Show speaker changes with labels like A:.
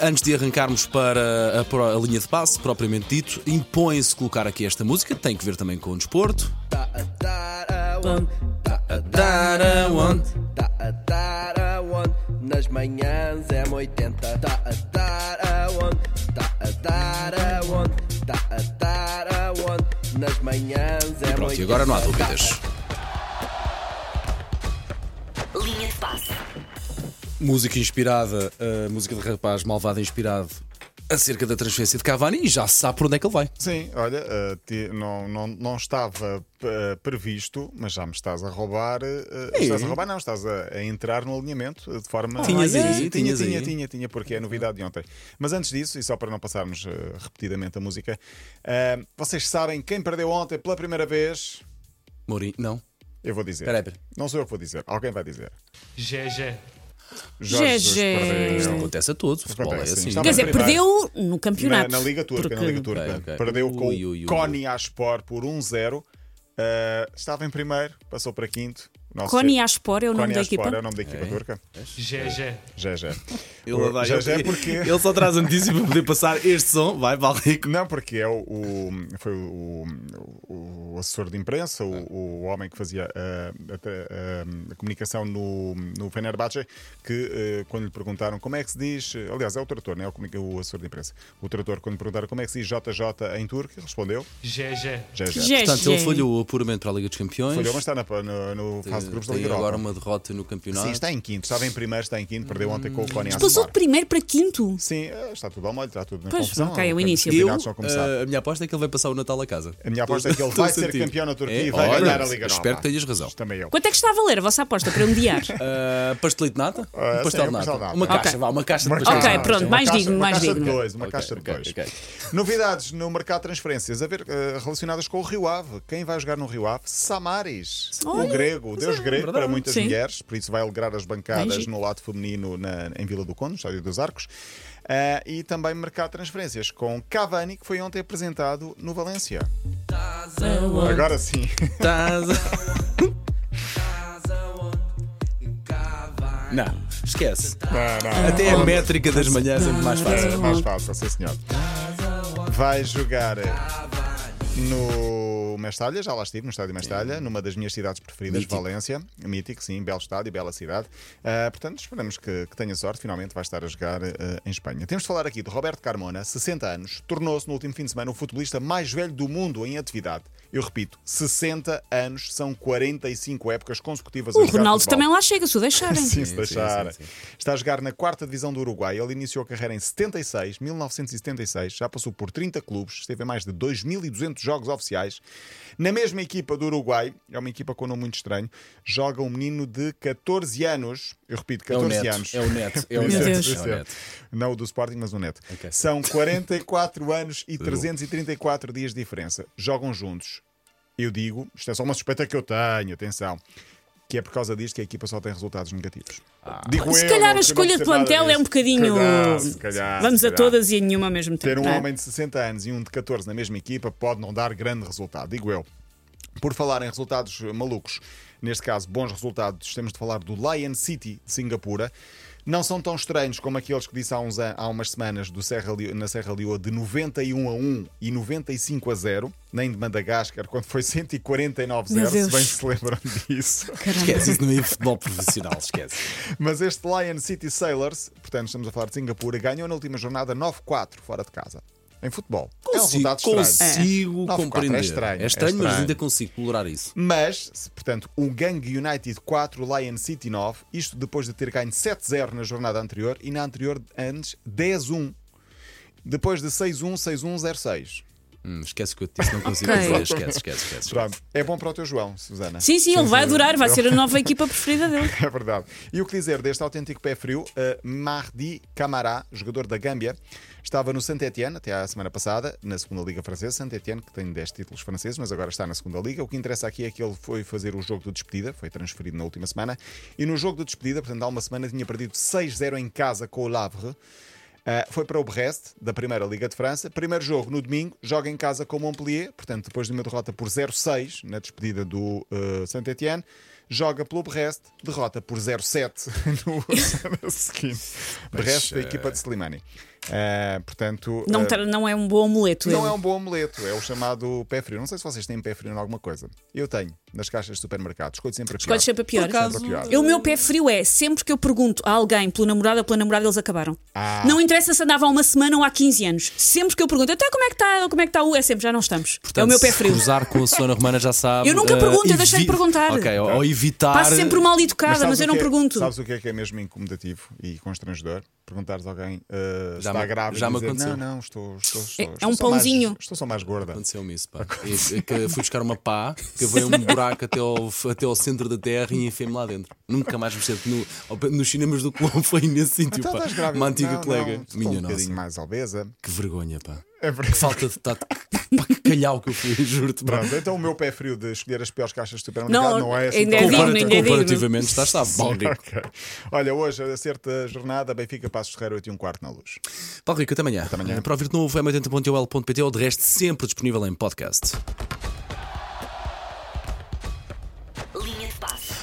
A: Antes de arrancarmos para a, pro- a linha de passe, propriamente dito, impõe-se colocar aqui esta música, tem que ver também com o desporto.
B: Dar a onde? Tá a dar a onde? Nas manhãs é 80. Tá a dar a onde? Tá a dar a onde? Tá a dar a onde? Nas manhãs é
A: Pronto, e agora não há dúvidas.
C: Linha de passe.
A: Música inspirada, uh, música de rapaz malvado inspirado acerca da transferência de Cavani e já se sabe por onde é que ele vai.
D: Sim, olha, eh, ti- não, não, não estava eh, previsto, mas já me estás a roubar. eh,
A: Ei.
D: estás a roubar, não, estás a, a entrar no alinhamento eh, de forma.
A: Ah, Tinhas aí,
D: tinha,
A: tinhas
D: tinha,
A: aí.
D: tinha, tinha, porque é novidade de ontem. Mas antes disso, e só para não passarmos eh, repetidamente a música, eh, vocês sabem quem perdeu ontem pela primeira vez?
A: Mourinho, não.
D: Eu vou dizer.
A: Espera aí, espera.
D: Não sou eu que vou dizer, alguém vai dizer.
E: GG.
D: Jorge Jesus
F: GG.
D: perdeu.
A: Acontece a todos, o futebol é
D: Acontece,
A: assim.
D: está
F: Quer
D: bem.
F: dizer, perdeu no
D: na,
F: campeonato.
D: na Liga Turca, na
F: porque-
D: Liga Turca.
A: Ok, ok.
D: Perdeu com
A: Ui, ui, ui.
D: o Konyaspor por 1-0. Uh, estava em primeiro, passou para quinto. O nosso
F: Konyaspor é o nome da
D: Konyaspor
F: equipa.
D: é o nome da equipa turca.
E: GG.
D: GG.
A: Ele,
D: O-
A: vai-
D: GG
A: ele-
D: porque.
A: ele só traz a notícia para poder passar este som. Vai, vale rico.
D: Não, porque é o, o- foi o, o- o assessor de imprensa, o, o homem que fazia ah, a, a- a comunicação no, no Fenerbahçe, que eh, quando lhe perguntaram como é que se diz, aliás, é o trator, não é o, comunica- o assessor de imprensa. O trator, quando perguntaram como é que se diz JJ em turco, respondeu
E: GG.
D: GG.
F: GG.
A: Portanto, ele falhou puramente para a Liga dos Campeões.
D: Falhou, mas está na, no, no fase de grupos da
A: Tem
D: Liga Europa.
A: agora uma derrota no campeonato.
D: Sim, está em quinto. Estava em primeiro, está em quinto. Perdeu ontem com
A: Hum.
D: o Cone
F: Passou de primeiro para quinto.
D: Sim, eh, está tudo ao molho, está tudo na
F: Pois,
D: confusão.
F: ok, é o
D: Os
F: início.
A: Eu,
D: campeonatos vão começar.
A: eh, a minha aposta é que ele vai passar o Natal a casa.
D: A minha aposta é que ele
A: Estou
D: vai ser
A: sentindo.
D: campeão na Turquia
A: É?
D: e vai
A: Olha,
D: ganhar a Liga Europa.
A: Espero que tenhas razão.
D: Também eu.
F: Quanto é que está a valer a vossa aposta para um diar?
A: Ah, pastelito de nata?
D: Ah,
A: Um
D: sim,
A: pastel
D: um
A: de nata.
D: pastel de nata.
A: Uma
D: Ok.
A: caixa, vá, uma caixa de
D: Uma
A: pastel de
D: caixa-
F: Ok,
A: nata.
F: pronto,
D: uma
F: mais
D: caixa-
F: digno,
D: uma
F: mais
D: caixa
F: digno.
D: De dois, uma
A: Ok,
D: caixa de
A: ok,
D: dois.
A: ok.
D: Novidades no mercado de transferências a ver, eh, relacionadas com o Rio Ave. Quem vai jogar no Rio Ave? Samaris, o
F: Olha, é,
D: grego, o deus grego para
A: verdade.
D: muitas
F: Sim.
D: mulheres, por isso vai alegrar as
F: Bem
D: bancadas
F: giro.
D: no lado feminino na- em Vila do Conde, no Estádio dos Arcos. Eh, e também mercado de transferências com Cavani, que foi ontem apresentado no Valência. Agora sim.
A: Estás a- Não, esquece. Até a métrica das manhãs é muito mais fácil.
D: É mais fácil, sim senhor. Vai jogar no Mestalha, já lá estive, no estádio Mestalha, numa das minhas cidades preferidas, Valência. Mítico, sim, belo estádio, bela cidade. Ah, portanto, esperamos que, que tenha sorte, finalmente vai estar a jogar ah, em Espanha. Temos de falar aqui de Roberto Carmona, 60 anos, tornou-se no último fim de semana o futebolista mais velho do mundo em atividade. Eu repito, 60 anos são 45 épocas consecutivas a
F: O
D: jogar
F: Ronaldo
D: futebol.
F: também lá chega, se o deixarem.
D: Sim, se
A: sim,
D: deixar.
A: sim,
D: Está a jogar na quarta divisão do Uruguai. Ele iniciou a carreira em 76, 1976. Já passou por 30 clubes, esteve em mais de 2.200 jogos oficiais. Na mesma equipa do Uruguai, é uma equipa com um nome muito estranho, joga um menino de 14 anos. Eu repito,
A: É o
D: 14 anos.
A: neto, é o neto, é o
D: Por isso
F: Meu
D: é-
F: Deus.
A: neto.
D: por isso
A: É o
D: é.
A: neto.
D: Não o do Sporting, mas o Neto. São 44 anos e 334 dias de diferença. Jogam juntos. Eu digo, isto é só uma suspeita que eu tenho, atenção, que é por causa disto que a equipa só tem resultados negativos.
A: Ah.
D: Digo
F: Se
D: eu,
F: calhar
D: que
F: a
D: não
F: escolha de
D: percebo nada
F: plantel é um
D: disto. Se
F: bocadinho.
D: calhar, se calhar,
F: Vamos
D: se
F: a
D: calhar.
F: todas e a nenhuma ao mesmo tempo.
D: Ter um
F: não é?
D: homem de 60 anos e um de 14 na mesma equipa pode não dar grande resultado, digo eu. Por falar em resultados eh, malucos, neste caso bons resultados, temos de falar do Lion City de Singapura. Não são tão estranhos como aqueles que disse há, uns an- há umas semanas do Serra Leo- na Serra Leoa de 91 a 1 e 95 a 0, nem de Madagascar, quando foi 149 a
F: Meu
D: 0, se
F: Deus.
D: bem se lembram disso.
A: Esquece isso no futebol profissional, esquece.
D: Mas este Lion City Sailors, portanto estamos a falar de Singapura, ganhou na última jornada 9-4 fora de casa. Em futebol. é um
A: Consigo,
D: resultado estranho.
A: consigo
D: Não,
A: compreender.
D: é estranho,
A: é
D: é
A: estranho, mas
D: estranho.
A: ainda consigo colorar isso.
D: Mas, se, portanto, um Gang United 4, Lion City 9, isto depois de ter ganho 7-0 na jornada anterior e na anterior antes 10-1. Depois de 6-1, 6-1, 0-6.
A: Hum, esquece o que eu te disse, não consigo
F: Ok.
A: dizer. Esquece, esquece, esquece.
D: Pronto, é bom para o teu João, Susana.
F: Sim, sim, ele vai adorar, vai ser a nova equipa preferida dele.
D: É verdade. E o que dizer deste autêntico pé frio? Eh, Mardi Camara, jogador da Gâmbia, estava no Saint-Étienne até à semana passada, na segunda Liga Francesa. Saint-Étienne, que tem 10 títulos franceses, mas agora está na segunda Liga. O que interessa aqui é que ele foi fazer o jogo de despedida, foi transferido na última semana. E no jogo de despedida, portanto, há uma semana, tinha perdido 6-0 em casa com o Lavre. Uh, foi para o Brest, da Primeira Liga de França. Primeiro jogo no domingo, joga em casa com o Montpellier, portanto, depois de uma derrota por 0-6 na despedida do uh, Saint-Etienne. joga pelo Brest, derrota por 0-7 no semana seguinte. Brest da equipa de Slimani. Ah, portanto,
F: Não,
D: ah,
F: tra- não é um bom amuleto.
D: não
F: ele.
D: é um bom amuleto, é o chamado pé frio. Não sei se vocês têm pé frio em alguma coisa. Eu tenho, nas caixas de supermercado. Escolho sempre a pior.
F: Escolhes sempre a pior.
D: Por acaso- Sempre a pior.
F: Eu, o meu pé frio é sempre que eu pergunto a alguém pelo namorado ou pela namorada, eles acabaram.
D: Ah.
F: Não interessa se andava há uma semana ou há 15 anos. Sempre que eu pergunto, até como é que está, como é que está o. É sempre, já não estamos. é o meu pé
A: se
F: frio.
A: Cruzar com a Sona Romana já sabe.
F: Eu nunca
A: eh,
F: pergunto, eu deixei de perguntar.
A: Ok, ou, ou evitar.
F: Passo sempre mal educada, mas,
D: sabes
F: eu
D: o
F: não
D: que é-
F: pergunto.
D: Sabes o que é que é mesmo incomodativo e constrangedor? Perguntares a alguém ah, se
A: Já
D: está
A: me-
D: grávida.
A: já
D: e
A: me
D: dizer,
A: aconteceu.
D: Não, não, estou. estou, estou
F: é
D: estou
F: um
D: só mais-
F: pãozinho.
D: estou só mais gorda.
A: Aconteceu-me isso, pá. E- e que fui buscar uma pá, cavei um buraco até ao, até ao centro da terra e enfiei-me lá dentro. Nunca mais me sento no, ao pé- nos cinemas do Colombo, foi nesse sítio,
D: Então
A: pá.
D: estás grávida.
A: Uma antiga
D: Não,
A: colega.
D: não, estou
A: Minha
D: um
A: nossa.
D: bocadinho mais obesa.
A: Que vergonha, pá.
D: É
A: Que falta de tato. Pá, que calhau que eu fui, juro-te, pá.
D: Pronto, então o meu pé frio de escolher as piores caixas de
F: Não,
D: supermercado não, é assim.
F: ainda é
D: tão-
F: digno,
A: Comparati-
F: ainda é digno.
A: comparativamente, estás está Paulo Rico.
D: Ok. Olha, hoje acerta a jornada, Benfica Passos Ferreira 8 e um quarto na luz.
A: Paulo Rico, até amanhã. Até
D: amanhã.
A: Para ouvir de novo, é 80.ol.pt ou de resto sempre disponível em podcast.
C: Linha de passe.